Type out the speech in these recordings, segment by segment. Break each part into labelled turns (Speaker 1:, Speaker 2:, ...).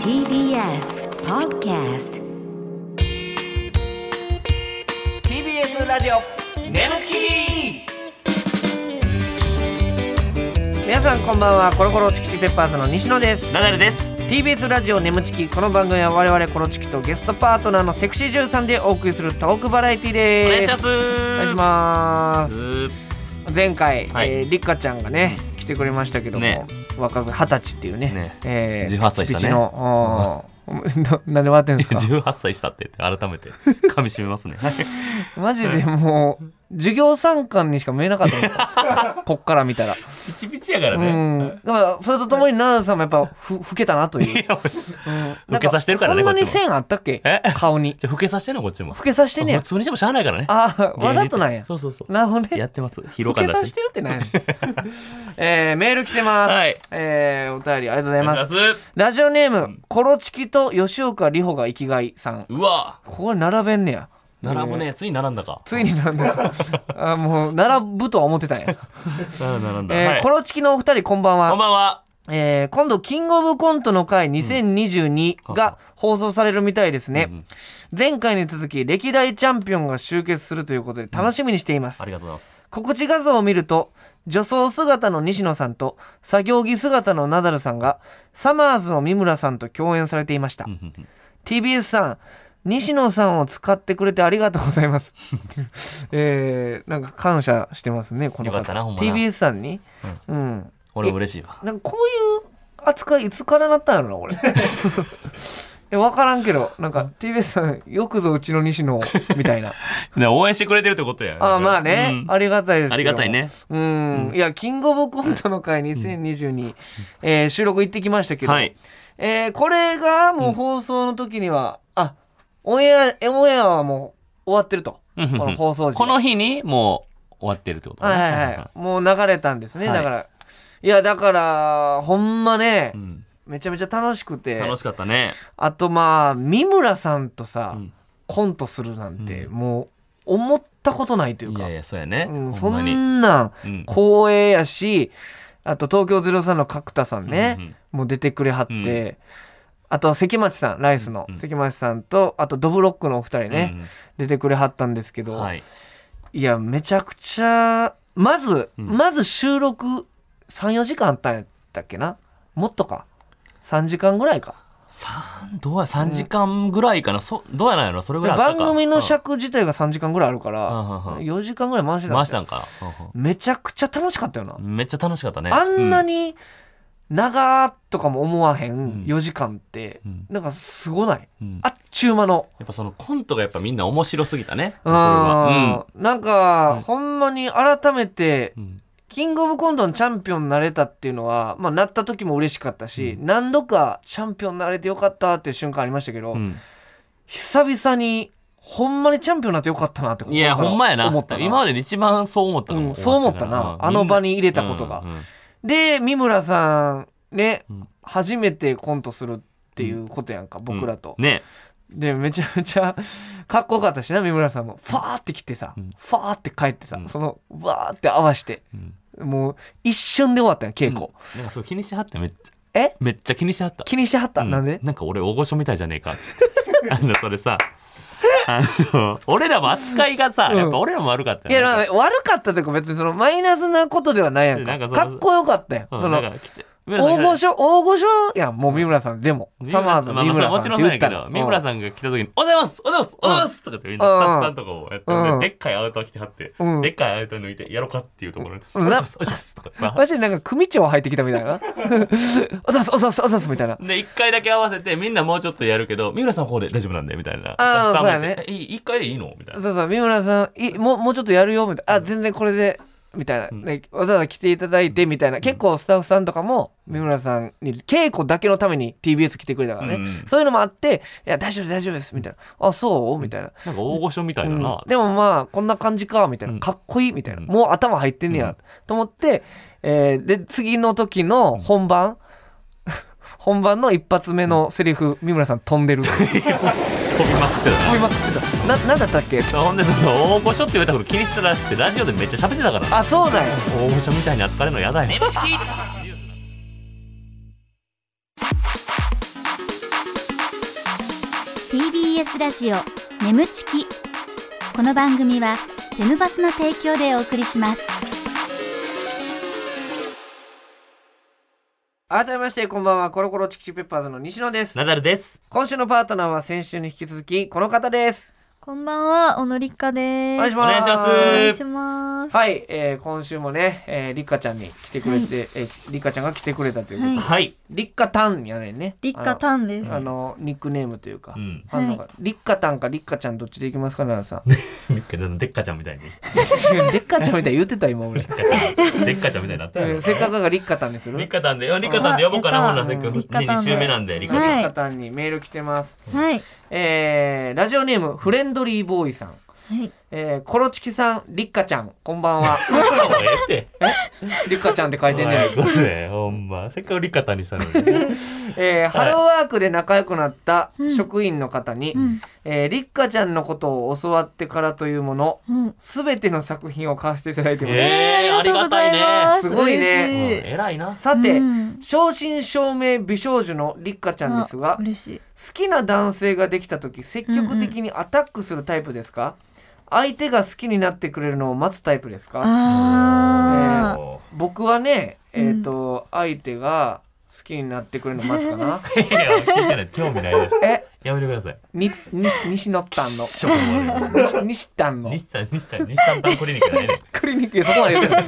Speaker 1: TBS Podcast
Speaker 2: TBS ラジオネムチキ皆さんこんばんはコロコロチキチキペッパーズの西野です
Speaker 3: ナダルです。
Speaker 2: TBS ラジオネムチキこの番組は我々コロチキとゲストパートナーのセクシージュンさんでお送りするトークバラエティです
Speaker 3: お願いします。
Speaker 2: お願いします前回、
Speaker 3: はい
Speaker 2: えーりっかちゃんがね来てくれましたけども、
Speaker 3: ね
Speaker 2: 若く二十歳っていうね
Speaker 3: ね
Speaker 2: え
Speaker 3: 18
Speaker 2: ピ
Speaker 3: 歳でしたね
Speaker 2: チピチのうんななんで笑ってんですか
Speaker 3: 十八歳したって改 めて噛み締めますね。
Speaker 2: マジでもう授業参観にしか見えなかったのこっから見たら
Speaker 3: ピチピチやから
Speaker 2: う
Speaker 3: ね。
Speaker 2: んだからそれとともに奈良さんもやっぱふ老けたなという
Speaker 3: いや俺
Speaker 2: なん
Speaker 3: 老けさしてるからね
Speaker 2: そんなに
Speaker 3: こっちも
Speaker 2: 線あったっけ
Speaker 3: え
Speaker 2: 顔に
Speaker 3: じゃあ老けさせてんのこっちも。
Speaker 2: 老けさしてね
Speaker 3: 普通にしてもしゃあないからね。
Speaker 2: ああわざとなんや
Speaker 3: そうそうそう。
Speaker 2: なるほど
Speaker 3: や
Speaker 2: ね
Speaker 3: ってます。疲
Speaker 2: 老
Speaker 3: 労感
Speaker 2: け
Speaker 3: 出
Speaker 2: さ
Speaker 3: し。
Speaker 2: しててるってない えーメール来てます、
Speaker 3: はい
Speaker 2: えーお便りありがとうござい
Speaker 3: ありが
Speaker 2: ま
Speaker 3: とう
Speaker 2: す
Speaker 3: ございます。
Speaker 2: ラジオネーム、コロチキと吉岡里帆が生きがいさん
Speaker 3: うわ。
Speaker 2: ここに並べんねや
Speaker 3: 並ぶ
Speaker 2: えー
Speaker 3: ね。ついに並んだか。
Speaker 2: ついに並ん だあーもう並ぶとは思ってたんや
Speaker 3: 並んだ並んだ。
Speaker 2: えー
Speaker 3: はい
Speaker 2: コロチキのお二人こんばんは
Speaker 3: こんばんは。
Speaker 2: えー今度キングオブコントの回2022が放送されるみたいですね、前回に続き歴代チャンピオンが集結するということで楽しみにしています、
Speaker 3: ありがとうございます。
Speaker 2: 告知画像を見ると女装姿の西野さんと作業着姿のナダルさんがサマーズの三村さんと共演されていました、
Speaker 3: うんうんうん
Speaker 2: TBS さん西野さんを使ってくれてありがとうございます えー、なんか感謝してますねこの
Speaker 3: よかっ
Speaker 2: 方
Speaker 3: たなほんまな
Speaker 2: TBS さんにうん
Speaker 3: 俺も嬉しい わ。
Speaker 2: なんかこういう扱いいつからなったんやろな俺 え分からんけどなんか TBS さんよくぞうちの西野をみたい な
Speaker 3: ね応援してくれてるってことや。
Speaker 2: ああまあね、
Speaker 3: うん
Speaker 2: ありがたいですけど
Speaker 3: ありがたいね。
Speaker 2: うん、いやキングオブコントの回2022、えー収録行ってきましたけど、
Speaker 3: はい。
Speaker 2: えーこれがもう放送の時には、あオンエアえオンエアはもう終わってると、
Speaker 3: うんうんうん
Speaker 2: この放送時は
Speaker 3: この日にもう終わってるってことね。
Speaker 2: はいはいはいもう流れたんですね、
Speaker 3: はい
Speaker 2: だからいやだからほんまね、
Speaker 3: うん
Speaker 2: めちゃめちゃ楽しくて
Speaker 3: 楽しかったね。
Speaker 2: あとまあ三村さんとさ、
Speaker 3: うん
Speaker 2: コントするなんて、
Speaker 3: う
Speaker 2: もう思ったことないという
Speaker 3: い
Speaker 2: か
Speaker 3: やいや、そうやね。
Speaker 2: うん、
Speaker 3: ほ
Speaker 2: そ
Speaker 3: んまに。
Speaker 2: んなん
Speaker 3: うん
Speaker 2: 光栄やしあと東京03の角田さんね、
Speaker 3: うんうん
Speaker 2: もう出てくれはって、
Speaker 3: うん
Speaker 2: あと関町さんライスの
Speaker 3: うんうん
Speaker 2: 関町さんとあとドブロックのお二人ね、
Speaker 3: うんうん
Speaker 2: 出てくれはったんですけど、
Speaker 3: はい。
Speaker 2: いやめちゃくちゃまず、
Speaker 3: うん
Speaker 2: まず収録34時間あったんやったっけなもっとか3時間ぐらいか
Speaker 3: 三どうや3時間ぐらいかな、そどうやなんやろそれぐらいあった
Speaker 2: 番
Speaker 3: か
Speaker 2: 組の尺自体が3時間ぐらいあるか
Speaker 3: うん
Speaker 2: ら、
Speaker 3: うんうんうん
Speaker 2: 4時間ぐらい回してたんだよ
Speaker 3: 回したんか、うん
Speaker 2: めちゃくちゃ楽しかったよな、
Speaker 3: うんめっちゃ楽しかったね
Speaker 2: あんな
Speaker 3: に、
Speaker 2: に長ーとかも思わへん
Speaker 3: ん
Speaker 2: 4時間って、
Speaker 3: うん
Speaker 2: なんかすごない
Speaker 3: うん
Speaker 2: あっちゅう間の
Speaker 3: やっぱそのコントがやっぱみんな面白すぎたね
Speaker 2: う
Speaker 3: それは
Speaker 2: んなんか、ほんまに改めて
Speaker 3: うん、うん
Speaker 2: キングオブコントのチャンピオンになれたっていうのは、まあ、なった時も嬉しかったし、何度かチャンピオンになれてよかったっていう瞬間ありましたけど、
Speaker 3: うん
Speaker 2: 久々にほんまにチャンピオンになってよかったなって
Speaker 3: いやほんまやな
Speaker 2: 思った
Speaker 3: 今までで一番そう思ったかも
Speaker 2: うんそう思ったなあの場に入れたことがで三村さんね、
Speaker 3: ん
Speaker 2: 初めてコントするっていうことやんか、僕らと、
Speaker 3: ね
Speaker 2: でめちゃめちゃ かっこよかったしな三村さんもファーって来てさ、
Speaker 3: ん
Speaker 2: ファーって帰ってさ、
Speaker 3: ん
Speaker 2: そのわーって合わして、もう一瞬で終わったんや稽古、
Speaker 3: なんかそう気にしてはっためっちゃ
Speaker 2: え
Speaker 3: めっちゃ気にしてはった
Speaker 2: 気にしてはった、
Speaker 3: うん
Speaker 2: なんで
Speaker 3: なんか俺大御所みたいじゃねえかって あのそれさあの俺らも扱いがさ、
Speaker 2: うん
Speaker 3: やっぱ俺らも悪かった
Speaker 2: いや、
Speaker 3: なん
Speaker 2: ま
Speaker 3: か
Speaker 2: あ、悪かったというか別にそのマイナスなことではないやんか
Speaker 3: なんかそ
Speaker 2: か
Speaker 3: の
Speaker 2: っこよかったよ、
Speaker 3: うん
Speaker 2: そ
Speaker 3: な
Speaker 2: の
Speaker 3: んか来て
Speaker 2: 大御所大御所やんもう三村さんでもサマーズの三村さんって言ったら
Speaker 3: まあまあもちろんそうやけど、三村
Speaker 2: ん
Speaker 3: さんが来た時に、おはようございますおはようございますおはようございますとかってみんなスタッフさんとかをやって
Speaker 2: うんうん
Speaker 3: で、でっかいアウター着てはって
Speaker 2: うん、
Speaker 3: でっかいアウター抜いて、やろうかっていうところに、お
Speaker 2: うん
Speaker 3: 願いしますお願いしますとか さ。
Speaker 2: マジでなんか組長入ってきたみたいな おざっすおざっすおざっすみたいな
Speaker 3: で、一回だけ合わせて、みんなもうちょっとやるけど、三浦さんここで大丈夫なんで、みたいな。
Speaker 2: あー
Speaker 3: スタッフさんも言っ
Speaker 2: そ
Speaker 3: て
Speaker 2: う
Speaker 3: えいい一回でいいのみたいな。
Speaker 2: そうそう三村さんいもうもうちょっとやるよみたいなあ全然これでみたいな、ねわざわざ来ていただいてみたいな結構スタッフさんとかも三村さんに稽古だけのために TBS 来てくれたからね、
Speaker 3: うん
Speaker 2: そういうのもあって「いや大丈夫大丈夫です」みたいな「あそう?」みたいな、
Speaker 3: なんか大御所みたいだ
Speaker 2: うん
Speaker 3: な。
Speaker 2: でもまあこんな感じかみたいな、
Speaker 3: うん
Speaker 2: かっこいいみたいな、
Speaker 3: うん
Speaker 2: もう頭入ってんねや、
Speaker 3: うん
Speaker 2: と思って、えーで次の時の本番、 本番の一発目のセリフ、三村さん飛んでる飛
Speaker 3: 飛びまくってた
Speaker 2: びまくってたな何だったっけ
Speaker 3: な。ほんで、その、大御所って言われたこと気にしてたらしくて、ラジオでめっちゃ喋ってたから。
Speaker 2: あそうだよ
Speaker 3: 大御所みたいに扱われるのやだよ。
Speaker 4: TBS ラジオ眠ちきこの番組はテムバスの提供でお送りします
Speaker 2: 改めましてこんばんはコロコロチキチキペッパーズの西野です
Speaker 3: ナダルです。
Speaker 2: 今週のパートナーは先週に引き続きこの方です
Speaker 5: こんばんは、おのりっかです。
Speaker 2: お願いします
Speaker 3: お願いします
Speaker 5: お願いします。
Speaker 2: はい、えー、今週もね、えー、りっかちゃんに来てくれて、えーりっかちゃんが来てくれたということで、
Speaker 5: はい
Speaker 3: はい。
Speaker 2: りっかたんやねんね
Speaker 5: りっかたんです
Speaker 2: あの。あのニックネームというか、
Speaker 3: うん。
Speaker 2: ファンの方りっかたんかりっかちゃんどっちでいきますか奈良さん
Speaker 3: みっかちゃんでっかちゃんみたいに。
Speaker 2: でっかちゃんみたいに言ってた今俺
Speaker 3: でっかちゃんみたいになったや
Speaker 2: う
Speaker 3: ろ
Speaker 2: ん。せっかくが立花たんですよ
Speaker 3: リ
Speaker 2: ね
Speaker 3: カタンで、リカタンで呼ぼうかな、
Speaker 5: あ
Speaker 3: ほんならせっかく
Speaker 5: リカタンで
Speaker 3: 2週目なんで、リ
Speaker 2: 立
Speaker 3: カタン。
Speaker 5: はい
Speaker 2: 花たんにメール来てます、
Speaker 5: はい。
Speaker 2: えー、ラジオネームフレンドリーボーイさん
Speaker 5: はい。
Speaker 2: えー、コロチキさん、りっかちゃん、こんばんは。
Speaker 3: もうええって。
Speaker 2: りっかちゃんって書いてんねん
Speaker 3: おいこれ、ほんま。せっかくリカタンにしたのに。
Speaker 2: えー、ハローワークで仲良くなった職員の方に、
Speaker 5: うん。
Speaker 2: えー、りっかちゃんのことを教わってからというもの、
Speaker 5: うん。
Speaker 2: すべての作品を買わせていただいてます。
Speaker 3: え
Speaker 5: え
Speaker 3: ー
Speaker 5: ー、ありがとうございます。
Speaker 2: すごいね
Speaker 5: 嬉しい
Speaker 3: うん偉いな。
Speaker 2: さて、
Speaker 5: うん
Speaker 2: 正真正銘美少女のりっかちゃんですが
Speaker 5: あ、嬉しい。
Speaker 2: 好きな男性ができた時積極的にアタックするタイプですか、相手が好きになってくれるのを待つタイプですか
Speaker 5: あ
Speaker 3: お
Speaker 2: 僕はね
Speaker 5: うん
Speaker 2: えっ、と、相手が好きになってくれるのを待つ かな
Speaker 3: ーいや、聞いてない。興味ないです。
Speaker 2: え
Speaker 3: やめてください。
Speaker 2: にに西野
Speaker 3: きっ
Speaker 2: たんの
Speaker 3: しょも う
Speaker 2: 西西たんの
Speaker 3: 西さん、西さん、西タンタンクリニックないねん。
Speaker 2: クリニックやそこまで言ってない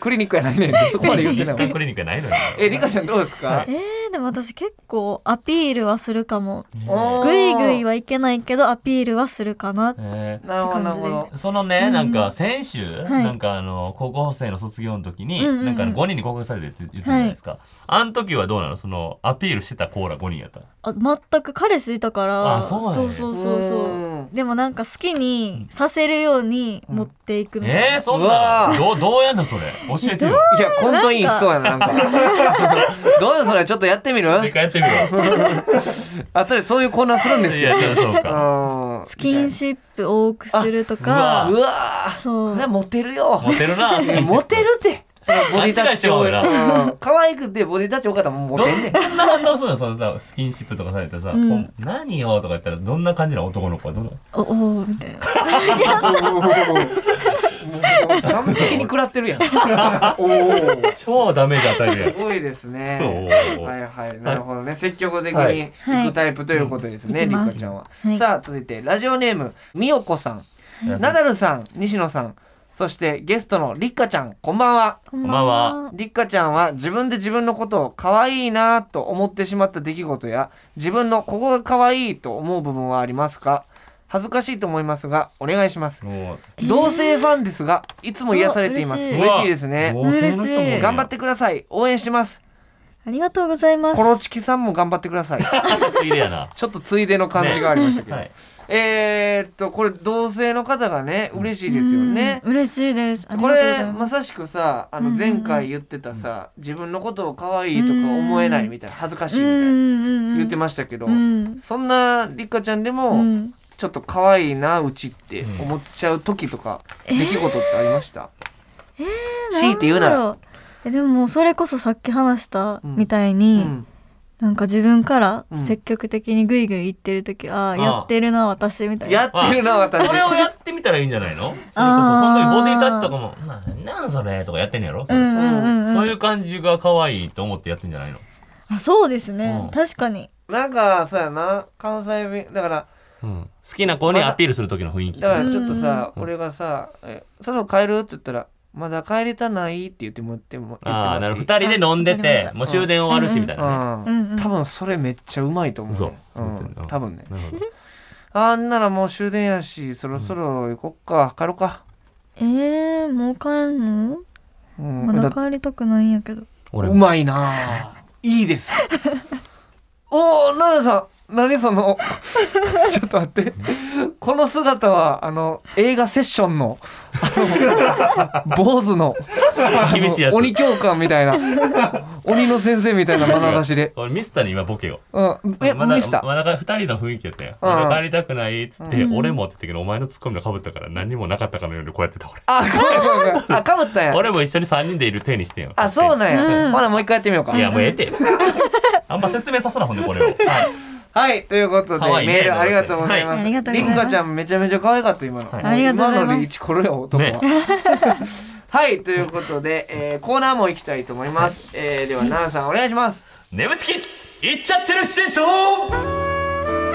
Speaker 2: クリニックやないねんってそこまで言って
Speaker 3: 西
Speaker 2: な
Speaker 3: タン
Speaker 2: い
Speaker 3: クリニックないのに。
Speaker 2: えリカちゃんどうですか、
Speaker 5: えー、でも私結構アピールはするかも。
Speaker 3: ね
Speaker 2: おー
Speaker 5: ぐいぐいはいけないけどアピールはするかな。
Speaker 3: え
Speaker 2: なるほどなるほど
Speaker 3: ーそのね、なん
Speaker 5: う
Speaker 3: か
Speaker 5: ん
Speaker 3: 先週、
Speaker 5: はい
Speaker 3: なんかあの、高校生の卒業の時
Speaker 5: う
Speaker 3: に、
Speaker 5: んうんうん
Speaker 3: なんかあの5人に告白されてって言ってたじゃないですか。あの時はどうなのその、アピールしてたコーラ5人やった。
Speaker 5: あ全く彼氏いたから。
Speaker 3: あそうなんや
Speaker 5: そうそうそうそう。
Speaker 2: ん
Speaker 5: でもなんか好きにさせるように持っていくみたいな。
Speaker 3: えー、そん
Speaker 2: う
Speaker 3: な
Speaker 2: わ
Speaker 3: ん
Speaker 2: ー
Speaker 3: どう、どうやんのそれ。教えてよ。
Speaker 2: いやコントインしそうやななんか どうぞそれちょっとやってみる
Speaker 3: 一回やってみるわ。
Speaker 2: あとでそういうコーナーするんです
Speaker 3: い
Speaker 2: けど
Speaker 3: や、じゃあそうか。
Speaker 2: うん
Speaker 5: スキンシップ多くすると
Speaker 3: あ
Speaker 5: か
Speaker 2: う。わー
Speaker 5: そ
Speaker 2: そうれは。モテるよ
Speaker 3: モテるな。
Speaker 2: いやモテるってそのボディタッチを
Speaker 3: 勘違いしてまう
Speaker 2: うん可愛くてボディタッチ多かったらもうモ
Speaker 3: ど
Speaker 2: テんね
Speaker 3: ん
Speaker 2: ん
Speaker 3: な反応するのそのさ、スキンシップとかされてさ、
Speaker 5: うん
Speaker 3: ほん何よとか言ったら、どんな感じの男の子はどうなの
Speaker 5: おおーみたいな。
Speaker 2: もう完璧に食らってるやんおお
Speaker 3: 超ダメージ与えるやん
Speaker 2: す。ごいですね。
Speaker 3: おー
Speaker 2: はいはい、なるほどね、積極的
Speaker 3: は
Speaker 2: に
Speaker 3: い
Speaker 2: 行くタイプということです
Speaker 5: は
Speaker 2: ね、
Speaker 5: い
Speaker 2: り
Speaker 5: 行き
Speaker 2: っか
Speaker 5: ます
Speaker 2: ちゃんは
Speaker 5: は。い
Speaker 2: さあ、続いて、ラジオネーム、みよこさん、ナダルさん、西野さん、そしてゲストのりっかちゃん、こんばんは。
Speaker 5: こ
Speaker 3: んばんは。
Speaker 2: りっかちゃんは自分で自分のことを可愛いなと思ってしまった出来事や、自分のここが可愛いと思う部分はありますか恥ずかしいと思いますが、お願いします。
Speaker 3: もう
Speaker 2: 同性ファンですが、いつも癒されています。
Speaker 5: うわ
Speaker 2: 嬉しいですね。
Speaker 5: 嬉しい
Speaker 2: 頑張ってください。応援してます。
Speaker 5: ありがとうございます。
Speaker 2: コロチキさんも頑張ってください。
Speaker 3: ついでやな。
Speaker 2: ちょっとついでの感じがありましたけど。
Speaker 3: はい。
Speaker 2: えーっと、これ同性の方がね、嬉しいですよね。
Speaker 5: うん。嬉しいです。あり
Speaker 2: こ
Speaker 5: がとうござい
Speaker 2: れ
Speaker 5: ま。
Speaker 2: ますさしくさあの
Speaker 5: うんうんうん
Speaker 2: 前回言ってたさ、自分のことを可愛いとか思えないみたいな恥ずかしいみたいな言って
Speaker 5: ま
Speaker 2: ましたけど、
Speaker 5: うん。
Speaker 2: そんなりっかちゃんで
Speaker 5: う
Speaker 2: も
Speaker 5: ん。
Speaker 2: ちょっと可愛いなうちって思っちゃう時とか、出来事ってありました、強いて言うなら、
Speaker 5: ら。えでももうそれこそさっき話したみたいうに、
Speaker 2: ん、
Speaker 5: なんか自分から
Speaker 2: うん
Speaker 5: 積極的にグイグイ言ってる時、ああやってるな私みたいな
Speaker 2: やってるな私
Speaker 3: それをやってみたらいいんじゃないのそれこそ、その時
Speaker 5: あー
Speaker 3: ボディタッチとかも、ななんそれとかやってんのやろ、
Speaker 5: うんうんうん
Speaker 3: そう
Speaker 5: うん
Speaker 3: いう感じが可愛いと思ってやってんじゃないの
Speaker 5: あそうですね、
Speaker 3: うん
Speaker 5: 確かに
Speaker 2: なんかそうやな関西弁だから
Speaker 3: 好きな子にアピールする時の雰囲気。
Speaker 2: だからちょっとさ、俺がさ「えそろそろ帰る?」って言ったら「まだ帰りたない?」って言ってもらっても言って
Speaker 3: ああ、
Speaker 2: も
Speaker 3: な
Speaker 2: ら
Speaker 3: る
Speaker 2: ってい
Speaker 3: ほ
Speaker 2: い
Speaker 3: ど。二人で飲んで
Speaker 5: あわかり
Speaker 3: て
Speaker 5: まし、た
Speaker 3: もう終電終わるし、みたいなね。
Speaker 2: う
Speaker 5: うんんうん
Speaker 2: 多分それめっちゃうまいと思う
Speaker 3: 嘘
Speaker 2: うん、多分ね
Speaker 3: なるほど
Speaker 2: あんならもう終電やしそろそろ行こっか帰ろうか、
Speaker 5: えー、もう帰んの
Speaker 2: うん
Speaker 5: ま
Speaker 2: だ
Speaker 5: だ
Speaker 2: っ
Speaker 5: 帰りたくないんやけど
Speaker 3: 俺
Speaker 2: う
Speaker 3: も。
Speaker 2: まいなあいいですおお奈良さん何その ちょっと待ってこの姿はあの映画セッションのあの坊主のあの
Speaker 3: 厳しいやつ
Speaker 2: 鬼教官みたいな鬼の先生みたいな眼差し で、
Speaker 3: 俺、ミスターに今ボケよ。
Speaker 2: うん、え
Speaker 3: まだ
Speaker 2: ミスター
Speaker 3: まだ二人の雰囲気やったよ。
Speaker 2: うん
Speaker 3: まだ帰りたくないっつって、
Speaker 5: うん
Speaker 3: 俺もって言ったけど、お前のツッコミの被ったから何もなかったかのようにこうやってた俺。
Speaker 2: あごめんごめんごめんあかぶったんや
Speaker 3: 俺も一緒に三人でいる手にしてんよ。
Speaker 2: あ、そうなんや。
Speaker 5: うん
Speaker 2: ほな、もう一回やってみようか。
Speaker 3: いや、もうええてよ。あんま説明させなほんで、これを。はい。
Speaker 2: はい、ということで、
Speaker 3: 可愛いね
Speaker 2: メールありがとうございま
Speaker 5: はい
Speaker 2: す。
Speaker 5: ありがとうございます
Speaker 2: りんかちゃんめちゃめちゃ可愛かった、今の。
Speaker 3: はい
Speaker 5: ありがとうございます
Speaker 2: 今ので一これよ、男は。
Speaker 3: ね
Speaker 2: はい、ということで、えーコーナーも行きたいと思います。えーでは、ナナさんお願いします。
Speaker 3: 眠ちき行っちゃってるシチュエーション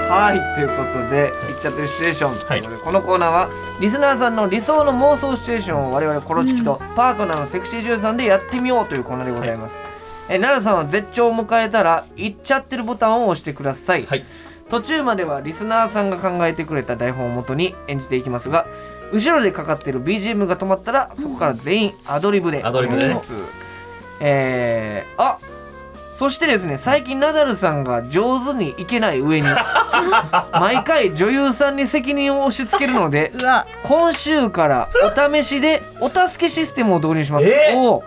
Speaker 2: はい、ということで、行っちゃってるシチュエーション。
Speaker 3: はい
Speaker 2: ということでこのコーナーは、リスナーさんの理想の妄想シチュエーションを我々コロチキとパートナーのセクシージュンさんでやってみようというコーナーでございます。えーナナさんは絶頂を迎えたら、行っちゃってるボタンを押してください。
Speaker 3: はい
Speaker 2: 途中まではリスナーさんが考えてくれた台本をもとに演じていきますが後ろでかかっている BGM が止まったらそこから全員アドリブで
Speaker 3: アドリブでね
Speaker 2: お願いしますえー、あそしてですね最近ナダルさんが上手にいけない上 に毎回女優さんに責任を押し付けるので
Speaker 5: うわ
Speaker 2: 今週からお試しでお助けシステムを導入します、
Speaker 3: えー
Speaker 2: おー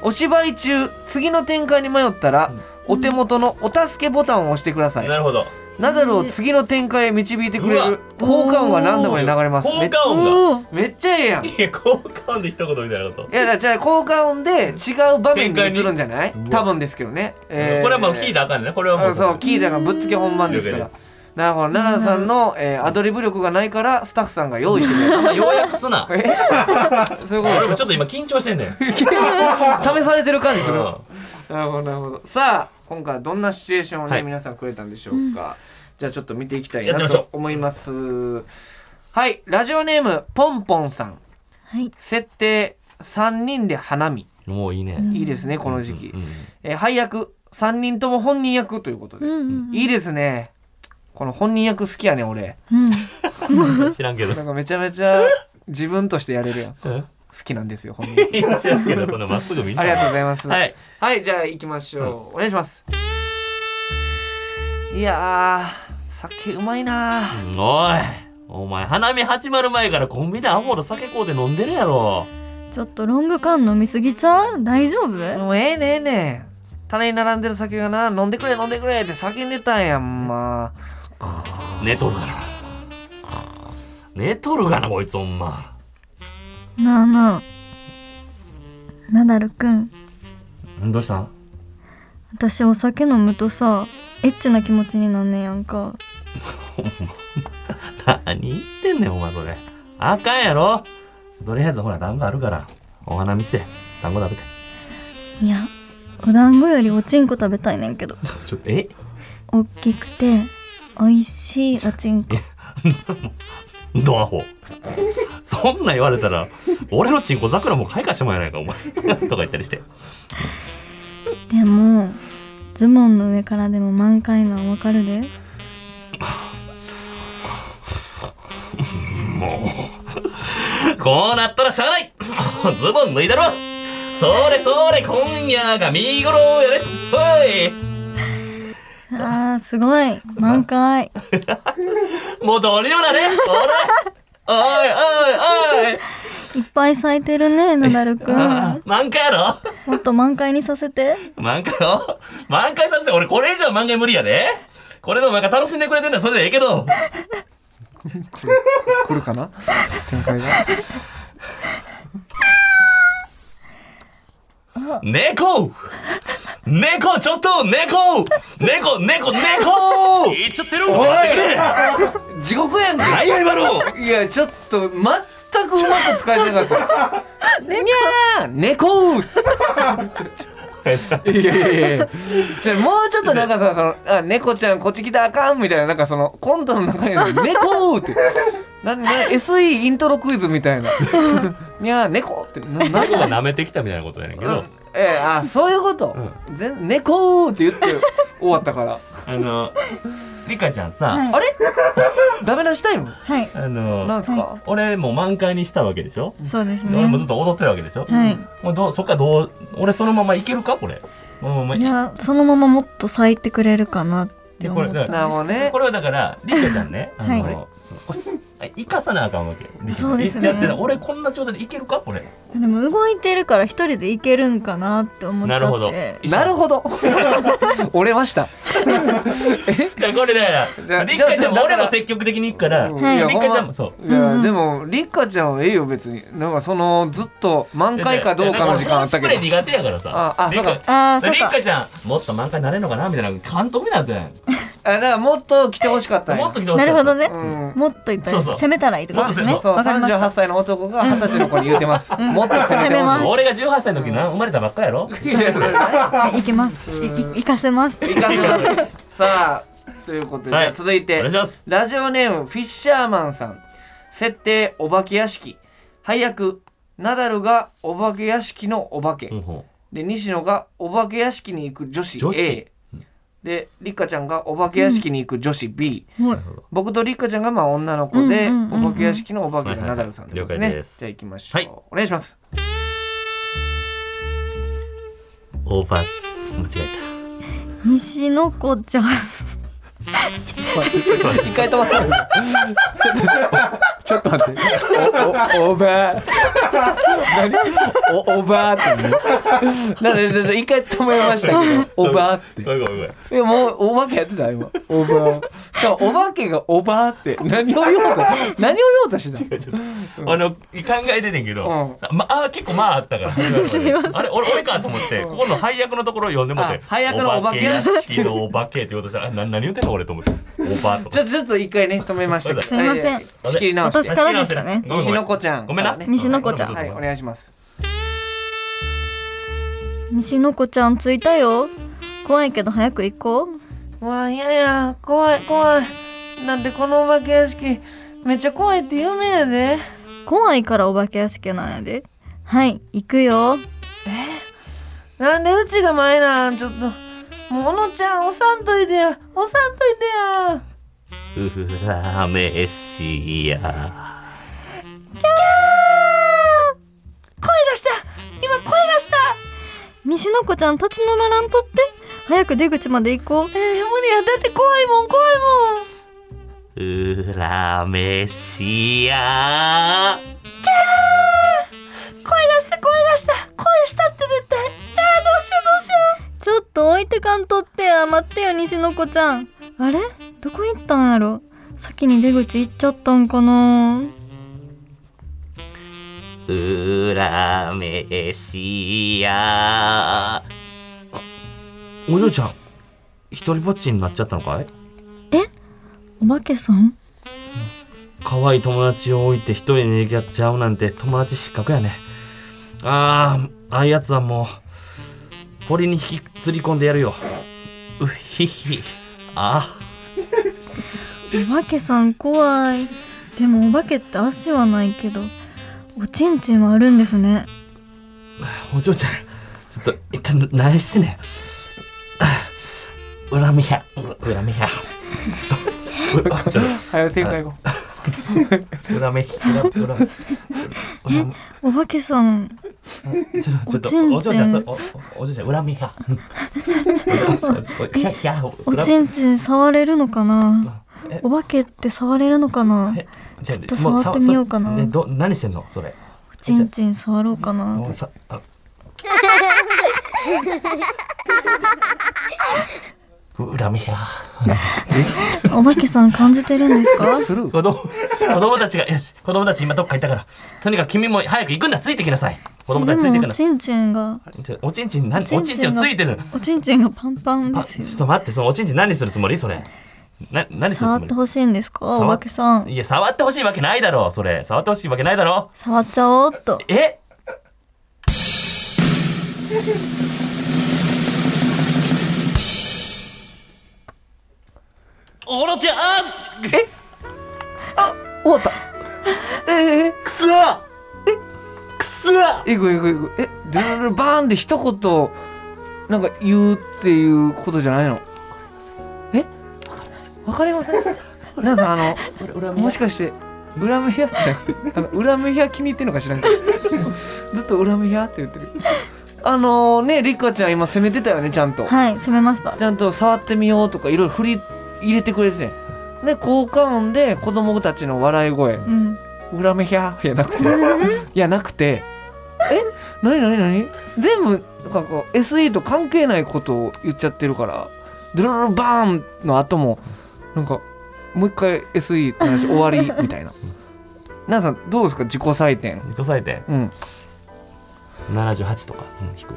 Speaker 2: お芝居中次の展開に迷ったら、お手元のお助けボタンを押してください、
Speaker 3: なるほど
Speaker 2: ナダルを次の展開へ導いてくれる
Speaker 3: うわ
Speaker 2: 効果音がランダムに流れます
Speaker 3: 効
Speaker 2: め
Speaker 3: 果音が
Speaker 5: おお
Speaker 2: めっちゃええやんい
Speaker 3: いや効果音で一言みたいなこと、
Speaker 2: やじゃあ効果音で違う場面に映るんじゃない
Speaker 3: 展開にうわ
Speaker 2: 多分ですけどね、えー
Speaker 3: これはもう聞いたらあかんねこれはも
Speaker 2: あ
Speaker 3: う
Speaker 2: そう聞いたがぶっつけ本番ですか
Speaker 3: 了
Speaker 2: ら
Speaker 3: 解
Speaker 2: なるほど奈々さんの、えーアドリブ力がないからスタッフさんが用意してくれ
Speaker 3: あようやくす
Speaker 2: た
Speaker 3: な
Speaker 2: えそういうこと
Speaker 3: 俺
Speaker 2: で
Speaker 3: も
Speaker 2: し
Speaker 3: ちょっと今緊張してんねん、うん、
Speaker 2: ょ試されてる感じする
Speaker 3: は
Speaker 2: なるほどなるほどさあ今回はどんなシチュエーションをね、
Speaker 3: はい
Speaker 2: 皆さんくれたんでしょうか、じゃあちょっと見ていきたい
Speaker 3: やってみ
Speaker 2: な
Speaker 3: ましょう
Speaker 2: と思いますはいラジオネームポンポンさん
Speaker 5: はい
Speaker 2: 設定3人で花見
Speaker 3: いもういいね
Speaker 2: いいですねこの時期、
Speaker 3: うん
Speaker 2: えー配役3人とも本人役ということで、
Speaker 5: うんうん
Speaker 2: いいですねこの本人役好きやね俺
Speaker 5: うん
Speaker 3: うん知らんけど
Speaker 2: なんかめちゃめちゃ自分としてやれるやん好
Speaker 3: うん
Speaker 2: きなんですよ本 人
Speaker 3: 知らんけどそんなまっすぐ見んな
Speaker 2: ありがとうございます
Speaker 3: はい
Speaker 2: はい、じゃあ行きましょう。お願いします。いやー、酒うまいなー。
Speaker 3: おいお前花見始まる前からコンビニでアホロ酒買うて飲んでるやろ
Speaker 5: ちょっとロング缶飲みすぎちゃう大丈夫
Speaker 2: もうええねええね棚に並んでる酒がな、飲んでくれ飲んでくれって叫んでたんやん、 まあ。
Speaker 3: 寝とるがな寝とるがなこいつほんま
Speaker 5: なあなあナダルくん
Speaker 3: んどうしたん
Speaker 5: 私お酒飲むとさエッチな気持ちになんねやんか
Speaker 3: 何言ってんねんお前それあかんやろとりあえずほら団子あるからお花見して団子食べて
Speaker 5: いやお団子よりおちんこ食べたいねんけど
Speaker 3: ちょっとえ
Speaker 5: おっきくて美味しいおちんこ
Speaker 3: ドアホそんなん言われたら俺のチンコ桜もう開花してもらえないかお前 とか言ったりして
Speaker 5: でもズボンの上からでも満開なんわかるで
Speaker 3: もうこうなったらしゃあないズボン脱いだろそれそれ今夜が見頃やれおい
Speaker 5: あーすごい満開
Speaker 3: もうどうにもなれおらおいおいおい
Speaker 5: いっぱい咲いてるねナダルくん
Speaker 3: あ
Speaker 5: も
Speaker 3: 満開やろ
Speaker 5: っと満開にさせて
Speaker 3: 満開よ満開させて俺これ以上満開無理やでこれのなんか楽しんでくれてんだそれでええけど
Speaker 2: 来るかな展開が。
Speaker 3: 猫猫ちょっと猫猫猫猫言っちゃってるおい
Speaker 2: 地獄やんけ。
Speaker 3: 何や今の
Speaker 2: いや、ちょっと、全くうまく使えなかった。にゃー猫いやいやいやじゃあもうちょっとなんかさそのあ猫ちゃんこっち来たらあかんみたいななんかそのコントの中に「猫!」ってなんなん SE イントロクイズみたいな「にゃー猫!」ってなな
Speaker 3: 猫が舐めてきたみたいなことやねんけ
Speaker 2: う
Speaker 3: ど
Speaker 2: んええあそういうこと「全猫!」って言って終わったから
Speaker 3: あのリカちゃんさ
Speaker 5: はい
Speaker 2: あれダメ出したいの
Speaker 5: はい
Speaker 3: あ
Speaker 2: なん
Speaker 3: の
Speaker 2: ですか
Speaker 3: 俺も満開にしたわけでしょ
Speaker 5: そうです
Speaker 3: で俺も
Speaker 5: ね
Speaker 3: ずっと踊ってるわけでしょ
Speaker 5: はい
Speaker 3: もうどうそっからどう俺そのままいけるかこれこのまま
Speaker 5: いやそのままもっと咲いてくれるかなって思っ
Speaker 3: でこれ
Speaker 2: なるほ
Speaker 5: た
Speaker 2: どね
Speaker 3: これはだから、りっかちゃんね、あの、
Speaker 5: はい
Speaker 3: これす生かさなあかんわけ。りっかちゃん
Speaker 5: そうですね
Speaker 3: いっちゃってた俺こんな状態でいけるか、これ。
Speaker 5: でも動いてるから一人でいけるんかなって思っちゃ
Speaker 3: な
Speaker 5: っ
Speaker 3: るほど。
Speaker 5: て
Speaker 2: なるほど折れました
Speaker 3: ど。だからこれだか
Speaker 2: じゃ
Speaker 3: ら、
Speaker 2: あ
Speaker 3: りっかちゃん
Speaker 2: じゃ
Speaker 3: も
Speaker 2: あ
Speaker 3: 俺も積極的に行くから、りっ
Speaker 2: うん
Speaker 3: か
Speaker 5: いや
Speaker 3: ちゃんもそう。
Speaker 2: いや、
Speaker 5: うんうん
Speaker 2: でもりっかちゃんはええよ別になんかそのずっと満開かどうかの時間あったけ
Speaker 3: 俺
Speaker 2: ど
Speaker 3: コーチプレイ苦手やからさ。
Speaker 2: ああ
Speaker 3: りっ
Speaker 2: そうか
Speaker 5: ああ
Speaker 3: だ
Speaker 5: そう
Speaker 3: からりっ
Speaker 5: か
Speaker 3: かちゃん、もっと満開になれるのかなみたいな監督になってない。
Speaker 2: あだからもっと来てほしかったんや
Speaker 3: もっと来てほし
Speaker 5: ないるほどね、
Speaker 2: うん
Speaker 5: もっといっぱい
Speaker 3: そうそう
Speaker 5: 攻めたらいいってことですね
Speaker 3: もっ
Speaker 2: そう
Speaker 5: わかりました
Speaker 2: 38歳の男が二十歳の子に言うてます、
Speaker 5: ん
Speaker 2: もっと攻めてほしい
Speaker 3: 俺が18歳の時な生まれたばっかやろ
Speaker 2: いやいやいや
Speaker 5: いけますいい行かせます
Speaker 2: いかんのですさあということで、
Speaker 3: はい
Speaker 2: じゃあ続い
Speaker 3: お
Speaker 2: て
Speaker 3: 願いします
Speaker 2: ラジオネームフィッシャーマンさん設定お化け屋敷配役ナダルがお化け屋敷のお化け、
Speaker 3: うんほ
Speaker 2: で西野がお化け屋敷に行く女子 A
Speaker 3: 女子
Speaker 2: でりっかちゃんがお化け屋敷に行く女子 B、
Speaker 5: もう
Speaker 2: 僕とりっかちゃんがまあ女の子で、
Speaker 5: うんうんうんうん
Speaker 2: お化け屋敷のお化けがナダルさんってことですね、
Speaker 3: はいはい了解です
Speaker 2: じゃあ行きましょう、
Speaker 3: はい
Speaker 2: お願いします
Speaker 3: うオーバー間違え
Speaker 5: 西の子ちゃん
Speaker 2: ちょっと待って一回止まってんですちょっと待っておおおばあ何おおばあってねなんでなんで一回止めましたけどおばあって
Speaker 3: たごめんごめんごめん
Speaker 2: えもうお化けやってた今おばあしかもお化けがおばあって何を言おうと何を言おうとしてた
Speaker 3: あの考えててんけど、まあ結構まああったからあれ俺俺かと思ってここの配役のところを読んでもって
Speaker 2: あ配役のお化け
Speaker 3: 屋敷のお化けって言おうとしたらあな何言うてんの俺と思っておばと
Speaker 2: ちょちょっと一回ね止めましたけど
Speaker 3: す
Speaker 5: いません
Speaker 2: は仕切り直して
Speaker 5: 私からでしたね
Speaker 2: 西の子ちゃん
Speaker 3: ごめんな
Speaker 2: からね
Speaker 5: 西の子ちゃん
Speaker 2: はいお願いします
Speaker 5: 西の子ちゃん着いたよ怖いけど早く行こう
Speaker 2: うわいやいや怖い怖いなんてこのお化け屋敷めっちゃ怖いって有名やで
Speaker 5: 怖いからお化け屋敷なんやではい行くよ
Speaker 2: なんでうちが前なんちょっともう小野ちゃん押さんといてや押さんといてや
Speaker 3: うらめしや
Speaker 2: 声がした今声がした
Speaker 5: 西の子ちゃん立ち止まらんとって早く出口まで行こ
Speaker 2: えー、無理やだって怖いもん怖いもん
Speaker 3: うらめしや
Speaker 2: 声がした声がした声したって絶対あーどうしようどうしよ
Speaker 5: うちょっと置いてかんとってあ待ってよ西の子ちゃんあれどこ行ったんやろ先に出口行っちゃったんかな
Speaker 3: うらめしやお嬢ちゃん一人ぼっちになっちゃったのかい
Speaker 5: お化けさん
Speaker 3: 可愛い友達を置いて一人で逃げちゃうなんて友達失格やねああああいうやつはもう堀に引きずり込んでやるようひひあ
Speaker 5: お化けさん怖いでもお化けって足はないけどおちんちんはあるんですね
Speaker 3: あお嬢ちゃんちょっと一旦何してんねん恨みや恨みやちょっとうちょっと
Speaker 2: う早展開後
Speaker 3: 恨め恨め恨め恨
Speaker 5: お化けさん
Speaker 3: めちょっとちょっと
Speaker 5: おちんちん
Speaker 3: お嬢ちゃんそれおお嬢ちゃん恨みやひゃひゃ
Speaker 5: お
Speaker 3: 恨み
Speaker 5: ちんちん触れるのかな
Speaker 3: え
Speaker 5: お化けって触れるのかな
Speaker 3: えじゃあ
Speaker 5: ちょっと触ってみようかな
Speaker 3: もさそれねど何してんのそれ。
Speaker 5: おちんちん触ろうかな
Speaker 3: もうさあ恨みや。
Speaker 5: お化けさん感じてるんですか
Speaker 2: スルー
Speaker 3: 子供子供たちがよし子供たち今どっか行ったからとにかく君も早く行くんだついてきなさい。子供た
Speaker 5: で
Speaker 3: ちついて
Speaker 5: も
Speaker 3: き
Speaker 5: お
Speaker 3: なさ
Speaker 5: ちんちんが
Speaker 3: い。ちょおちんちん何おちんちんを
Speaker 5: が
Speaker 3: ついてる。
Speaker 5: おちんちんがパンパン
Speaker 3: あ
Speaker 5: で
Speaker 3: ちょ
Speaker 5: す
Speaker 3: っ
Speaker 5: よ
Speaker 3: と待ってそのおちんちん何するつもりそれ。な何する
Speaker 5: 触
Speaker 3: つ
Speaker 5: って
Speaker 3: も
Speaker 5: ほしいんですか
Speaker 3: 触っ
Speaker 5: お化けさん
Speaker 3: り。いや触ってほしいわけないだろうそれ触ってほしいわけないだろ
Speaker 5: 触っちゃおうっと
Speaker 3: う。えおろちゃん
Speaker 2: 終わったええ
Speaker 3: くそえくそ
Speaker 2: えぐえぐえぐえドゥルルルバーンで一言なんか言うっていうことじゃないのえわかりませんわかりません皆さんあのもしかして恨み屋じゃなくてあの恨み屋気に入ってんのか知らんけどずっと恨み屋って言ってるあのねりっかちゃん今攻めてたよねちゃんと、
Speaker 5: はい攻めました
Speaker 2: ちゃんと触ってみようとかいろいろ振り入れてくれてねで効果音で子供たちの笑い声
Speaker 5: うん
Speaker 2: 裏目ひゃーやなくていやなくてえなになになに全部なんかこう SE と関係ないことを言っちゃってるからドゥルルルバーンの後もなんかもう一回 SE の話終わりみたいな皆さんどうですか自己採点
Speaker 3: 自己採点
Speaker 2: うん
Speaker 3: 78とか、うん、低い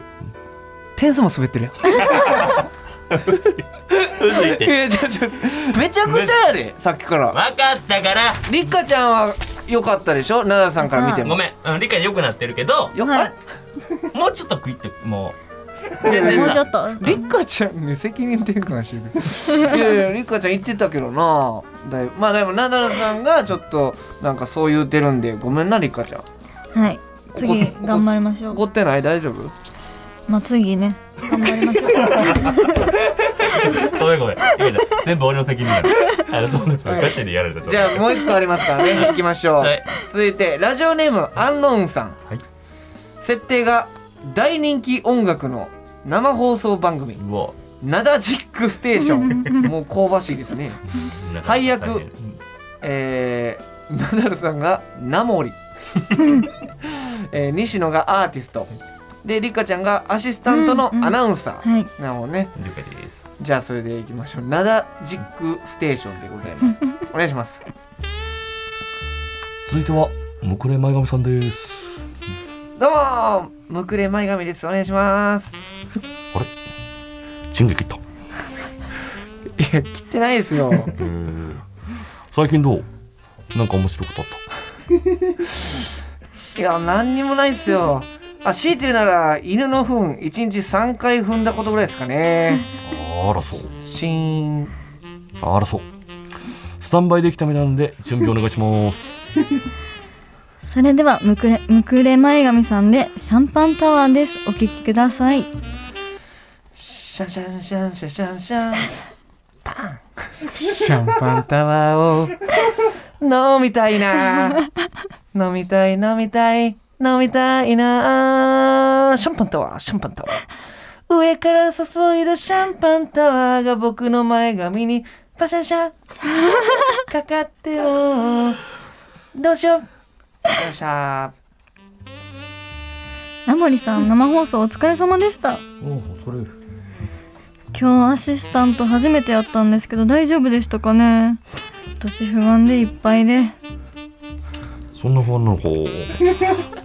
Speaker 2: 点数も滑ってるやん
Speaker 3: うず いて
Speaker 2: えちょちょめちゃくちゃやでさっきから
Speaker 3: 分かったから
Speaker 2: りっかちゃんは良かったでしょ奈々さんから見て
Speaker 3: ご
Speaker 2: も
Speaker 3: めんうん理解良くなってるけど
Speaker 2: よ
Speaker 5: は
Speaker 2: あ
Speaker 5: い
Speaker 3: もうちょっと食いってもう全然
Speaker 5: もうちょ
Speaker 3: さ
Speaker 5: っと
Speaker 2: りっかちゃんに責任転換してるいやいやりっかちゃん言ってたけどなだいぶまあでも奈々さんがちょっとなんかそう言うてるんでごめんなりっかちゃん
Speaker 5: はい次
Speaker 2: 怒っ
Speaker 5: 頑張りましょう
Speaker 2: 怒ってない大丈夫
Speaker 5: まあ次ね頑張りましょう
Speaker 3: ごめんごめんいいけど全部俺の責任だからあのそうですガチでやられた
Speaker 2: じゃあもう一個ありますからね行きましょう、
Speaker 3: はい
Speaker 2: 続いてラジオネームアンノーンさん、
Speaker 3: はい
Speaker 2: 設定が大人気音楽の生放送番組
Speaker 3: うわ
Speaker 2: 「ナダジックステーショ ン」もう香ばしいですね
Speaker 3: なんか
Speaker 2: 配役
Speaker 3: 大変
Speaker 2: えー、ナダルさんがナ モリ、えー西野がアーティストでリカちゃんがアシスタントの
Speaker 5: うんうん
Speaker 2: アナウンサー、
Speaker 5: はい
Speaker 2: なるほどね
Speaker 3: 了解です
Speaker 2: じゃあそれでいきましょうナダジックステーションでございますお願いします
Speaker 3: 続いてはむくれ前髪さんです
Speaker 2: どうもむくれ前髪ですお願いします
Speaker 3: チンゲ切った
Speaker 2: いや切ってないですよ
Speaker 3: えー最近どうなんか面白いことあった
Speaker 2: いや何にもないですよあ強いて言うなら犬の糞一日3回踏んだことぐらいですかね
Speaker 3: あらそう
Speaker 2: シーン
Speaker 3: あらそうスタンバイできたみたいなんで準備お願いします
Speaker 5: それではむくれむくれ前髪さんでシャンパンタワーですお聞きください
Speaker 2: シャンシャンシャンシャンシャンシャンパンシャンパンタワーを飲みたいな飲みたい飲みたい飲みたいなシャンパンタワーシャンパンタワー上から注いだシャンパンタワーが僕の前髪にパシャンシャンかかってもどうしようよっしゃ
Speaker 5: ナモリさん生放送お疲れ様でした
Speaker 3: おおそれ
Speaker 5: 今日アシスタント初めてやったんですけど大丈夫でしたかね私不安でいっぱいで
Speaker 3: そんな不安なのか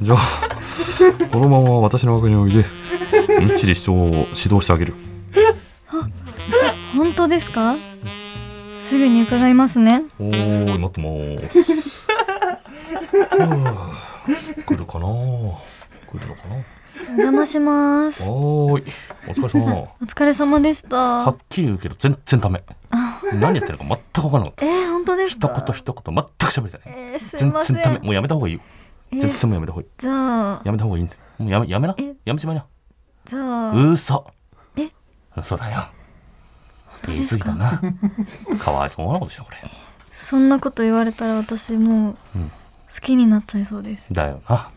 Speaker 3: じゃあこのまま私の枠においでみっちり主張を指導してあげる
Speaker 5: 本当ですかすぐに伺いますね
Speaker 3: おーい待ってまーすはあ来るかな来るのかな
Speaker 5: お邪魔します
Speaker 3: おーいお疲れ様
Speaker 5: お疲れ様でした
Speaker 3: はっきり言うけど全然ダメ何やってるのか全く分からなかっ
Speaker 5: えー、本当です
Speaker 3: た
Speaker 5: か
Speaker 3: 一言一言全く喋れてない
Speaker 5: えー、すい
Speaker 3: 全
Speaker 5: ません
Speaker 3: 然ダメもうやめた方がいいよ
Speaker 5: え
Speaker 3: 全然もうやめた方がいい
Speaker 5: じゃあ
Speaker 3: やめた方がいいんだよもうやめやめな
Speaker 5: え
Speaker 3: やめちまいな
Speaker 5: じゃあ
Speaker 3: うそ
Speaker 5: え
Speaker 3: 嘘だよ
Speaker 5: 当
Speaker 3: 言い
Speaker 5: で
Speaker 3: 過
Speaker 5: す
Speaker 3: ぎ
Speaker 5: か
Speaker 3: たなかわいそうなことしたこれ
Speaker 5: そんなこと言われたら私もう
Speaker 3: うん
Speaker 5: 好きになっちゃいそうです
Speaker 3: だよな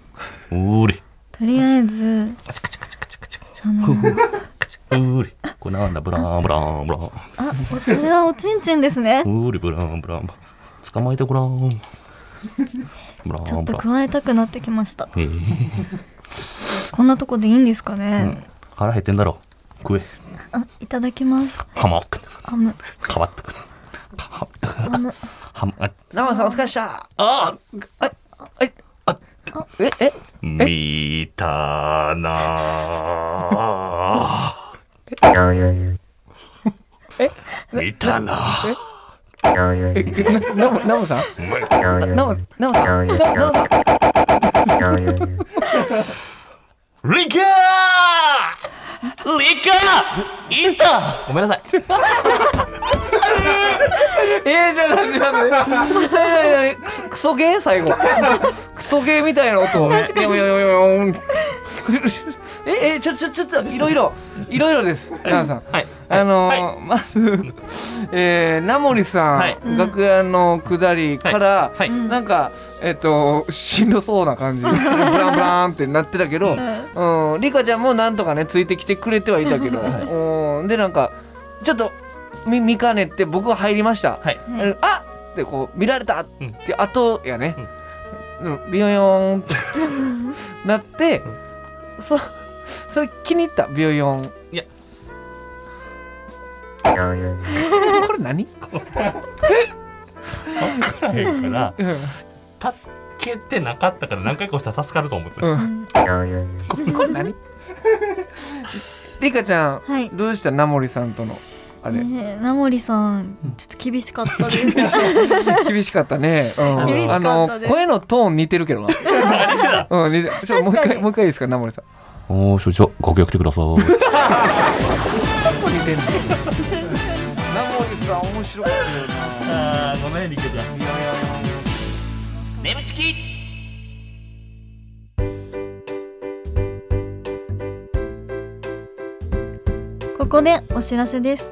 Speaker 3: うーり
Speaker 5: とりあえず
Speaker 3: カチカチカチカチカチカチ
Speaker 5: あの
Speaker 3: カチうーりこれなんだブランブランブラン
Speaker 5: あおそれはおちんちんです ね
Speaker 3: うーりブランブラン捕まえてごらんブラ
Speaker 5: ちょ
Speaker 3: ン
Speaker 5: っ
Speaker 3: ブ
Speaker 5: と
Speaker 3: ラン
Speaker 5: 加えたくなってきました
Speaker 3: えー
Speaker 5: こんなとこでいいんですかね、
Speaker 3: 腹減ってんだろ食え
Speaker 5: あいただきます
Speaker 3: ハマく
Speaker 5: あむ
Speaker 3: かばったくか
Speaker 5: あむ
Speaker 3: はまあ
Speaker 2: ー生さんお疲れっした
Speaker 3: あ
Speaker 2: えええ
Speaker 3: 見たな
Speaker 2: え
Speaker 3: 見たな
Speaker 2: ええなななおさんなお、なおさん、ななおさん、
Speaker 3: リカーリカーインターごめんなさい。
Speaker 2: えー、じゃあ、なんで、なんで、え ー、クソ、クソゲー、最後。 クソゲーみたいな音。いやいやいやいやうん え、え、ちょ、ちょ、ちょ、ちょ、いろいろ、いろいろです。なおさん。
Speaker 3: はい。
Speaker 2: あの
Speaker 3: は
Speaker 2: ーまず、えー、ナモリさん、
Speaker 3: はい
Speaker 2: 楽屋の下りから、
Speaker 3: はいはい
Speaker 2: なんか、えっ、と、しんどそうな感じ、ブランブランってなってたけど、うん、リカちゃんもなんとかね、ついてきてくれてはいたけど、うん、で、なんか、ちょっと見見かねて、僕は入りました。
Speaker 3: はい。
Speaker 2: うんあってこう見られたっ
Speaker 3: うん
Speaker 2: て後やね、うん、ビヨヨーンってなって、そそれ気に入ったビヨヨーン
Speaker 3: いや
Speaker 2: これ何
Speaker 3: 分からへんか
Speaker 2: うん
Speaker 3: ら、助けてなかったから何回か押したら助かると思って。
Speaker 2: う
Speaker 5: うんん
Speaker 2: これ何リカちゃん
Speaker 5: はい
Speaker 2: どうしたナモリさんとのあれ
Speaker 5: ねえ、ナモリさんちょっと厳しかったです
Speaker 2: 厳しかったね、うん
Speaker 5: 厳し
Speaker 2: あ
Speaker 5: かった
Speaker 2: の
Speaker 5: です
Speaker 2: 声のトーン似てるけど なうん似てちょもう
Speaker 5: 確
Speaker 2: 一
Speaker 5: か
Speaker 2: 回
Speaker 5: に
Speaker 2: もう一回いいですかナモリさん
Speaker 3: おー所長ご協力くださ
Speaker 2: ち
Speaker 3: い
Speaker 2: ょっと似てるナモリさん面白かったよな
Speaker 3: あーごめんリケちゃん
Speaker 2: いやいやいや
Speaker 3: 眠ちき
Speaker 5: ここでお知らせです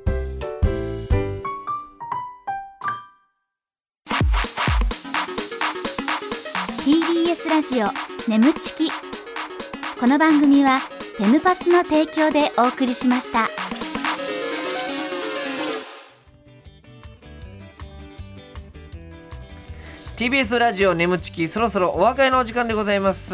Speaker 4: ー TBS ラジオ眠ちきこの番組はフェムパスの提供でお送りしました
Speaker 2: いや TBS ラジオ眠ちきそろそろお別れのお時間でございます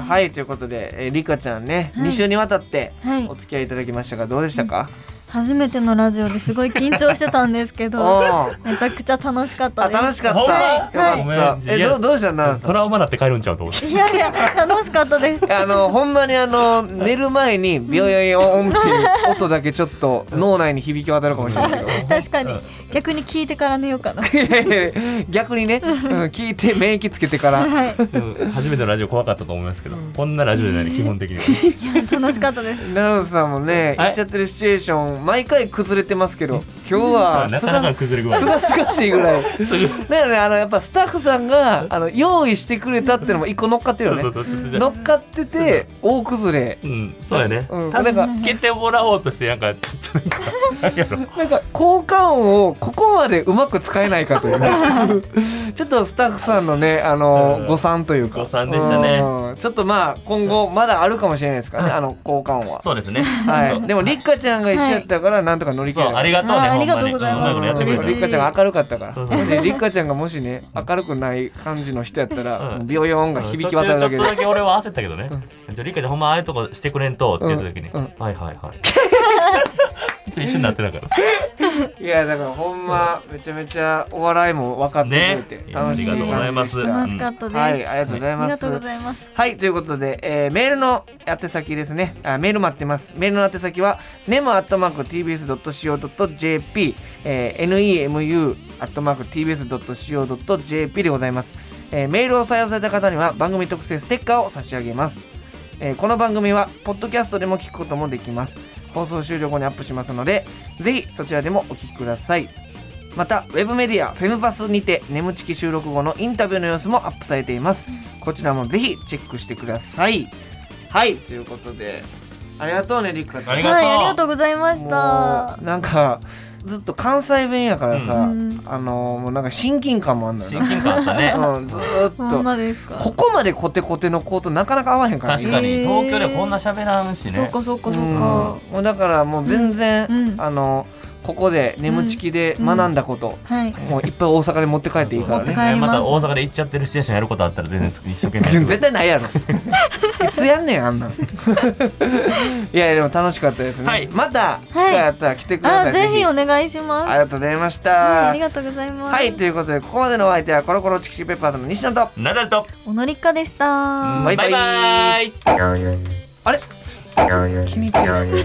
Speaker 2: はい、ということで、えー、リカちゃんね、
Speaker 5: はい
Speaker 2: 二週にわたって
Speaker 5: はい
Speaker 2: お付き合いいただきましたがどうでしたか、
Speaker 5: 初めてのラジオですごい緊張してたんですけど
Speaker 2: おー
Speaker 5: めちゃくちゃ楽しかった
Speaker 2: あ
Speaker 5: で
Speaker 2: 楽しかった、
Speaker 3: ほんま
Speaker 5: はい
Speaker 2: よかった
Speaker 3: はい
Speaker 2: えどうどうしたナナさん
Speaker 3: トラウマなって帰るんちゃうと思う
Speaker 5: すいやいや楽しかった です
Speaker 2: あのほんまにあの寝る前にビヨヨヨンっていう音だけちょっと脳内に響き渡るかもしれない
Speaker 5: 確かに逆に聞いてから寝ようかな
Speaker 2: けどいやいや逆にね、うん、聞いて免疫つけてから
Speaker 5: はいい
Speaker 3: うん初めてのラジオ怖かったと思いますけど、こんなラジオじゃない基本的には
Speaker 5: や楽しかったです
Speaker 2: ナナさんもね
Speaker 3: は
Speaker 2: 言っ
Speaker 3: い
Speaker 2: ちゃってるシチュエーション毎回崩れてますけど今日は
Speaker 3: な
Speaker 2: す
Speaker 3: かなか
Speaker 2: が
Speaker 3: 崩れ具合
Speaker 2: すがすがしいぐらいだからねあのやっぱスタッフさんがあの用意してくれたっていうのも一個乗っかってるよね乗っかってて大崩れ
Speaker 3: うん、そうやね。
Speaker 2: うん
Speaker 3: 助
Speaker 2: な
Speaker 5: か
Speaker 2: ん
Speaker 3: けてもらおうとして、なんか、ちょっとなんか、なんやろ。
Speaker 2: なんか効果音をここまでうまく使えないかというね ちょっとスタッフさんのねあ
Speaker 3: う
Speaker 2: の
Speaker 3: ん
Speaker 2: 誤算というか
Speaker 3: 誤算でしたね
Speaker 2: うんちょっとまあ今後まだあるかもしれないですからねあの効果音は
Speaker 3: そうですね。
Speaker 2: はいでもりっかちゃんが一緒やったからなんとか乗り切
Speaker 3: そう、
Speaker 2: れ
Speaker 3: あ
Speaker 2: た
Speaker 3: りがとうね。
Speaker 5: あー
Speaker 3: ほんまに
Speaker 5: ありがとうございます
Speaker 3: んなことやってくれ
Speaker 5: 嬉しい
Speaker 2: りっかちゃんが明るかったから
Speaker 3: そうそう
Speaker 2: もしりっかちゃんがもしね明るくない感じの人やったら
Speaker 3: うん
Speaker 2: ビヨヨンが響き渡るだけ
Speaker 3: 途
Speaker 2: で
Speaker 3: 中ちょっとだけ俺は焦ったけどね。じゃあ、リカちゃん、ほんまああいうとこしてくれんとって言った時に、
Speaker 2: うんうん
Speaker 3: はいはいはい。ちょっと一緒になってたから。
Speaker 2: いやだからほんまめちゃめちゃお笑いも分かってくれて
Speaker 3: ね
Speaker 2: 楽しい
Speaker 5: ありがとうござ
Speaker 3: います
Speaker 2: 感じでした
Speaker 5: 楽しかったです、
Speaker 2: はいありがとうござい
Speaker 5: あり
Speaker 2: ま
Speaker 5: が
Speaker 2: す
Speaker 5: とうございます
Speaker 2: はい、ということで、えーメールの宛先ですね。あメール待ってます。メールの宛先は、nemu.tbs.co.jp、えー nemu.tbs.co.jp でございます、えーメールを採用された方には番組特製ステッカーを差し上げます。えーこの番組は、ポッドキャストでも聞くこともできます。放送終了後にアップしますので、ぜひそちらでもお聞きください。また、ウェブメディア、フェムパスにて、眠ちき収録後のインタビューの様子もアップされています。こちらもぜひチェックしてください。はい、ということで、ありがとうね、りっかちゃん。
Speaker 3: ありがとう
Speaker 5: はいありがとうございました
Speaker 2: もうなんか、ずっと関西弁やからさ、
Speaker 5: うん
Speaker 2: あのーもうなんか親近感もあんのよ
Speaker 3: 親
Speaker 2: な。
Speaker 3: 近感あったね。
Speaker 2: うん、ずーっ
Speaker 5: そん
Speaker 2: と。
Speaker 5: なですか
Speaker 2: ここまでコテコテの子となかなか合わへんからね
Speaker 3: 確かに、
Speaker 5: へー
Speaker 3: 東京でこんな喋らんし
Speaker 5: そう
Speaker 3: ね。
Speaker 5: かそうかそううんか
Speaker 2: もうだからもう全然、
Speaker 5: うんうん
Speaker 2: あのここで眠ちきで学んだこと、
Speaker 5: はい
Speaker 2: もういっぱい大阪で持って帰っていいから
Speaker 5: 持って帰
Speaker 2: ね
Speaker 5: ります
Speaker 3: また大阪で行っちゃってるシチュエーションやることあったら全然一生懸命や る
Speaker 2: 絶対ないやろいつやんねんあんなん いやいやでも楽しかったですね、
Speaker 3: はい
Speaker 2: また機会あったら来てくださ
Speaker 5: あ
Speaker 2: い、
Speaker 5: ぜひお願いします
Speaker 2: ありがとうございました、
Speaker 5: はいあ
Speaker 2: は
Speaker 5: り
Speaker 2: い、
Speaker 5: がとうございます
Speaker 2: ということでここまでのお相手はコロコロチキチキペッパーズの西野と
Speaker 3: ナダルと、
Speaker 5: おのりっかでした
Speaker 2: バイバイ
Speaker 3: バイバ
Speaker 2: あれ気に入ってる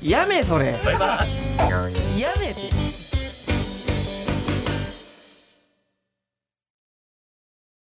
Speaker 2: やめそれ
Speaker 3: イバイバイ
Speaker 2: やめって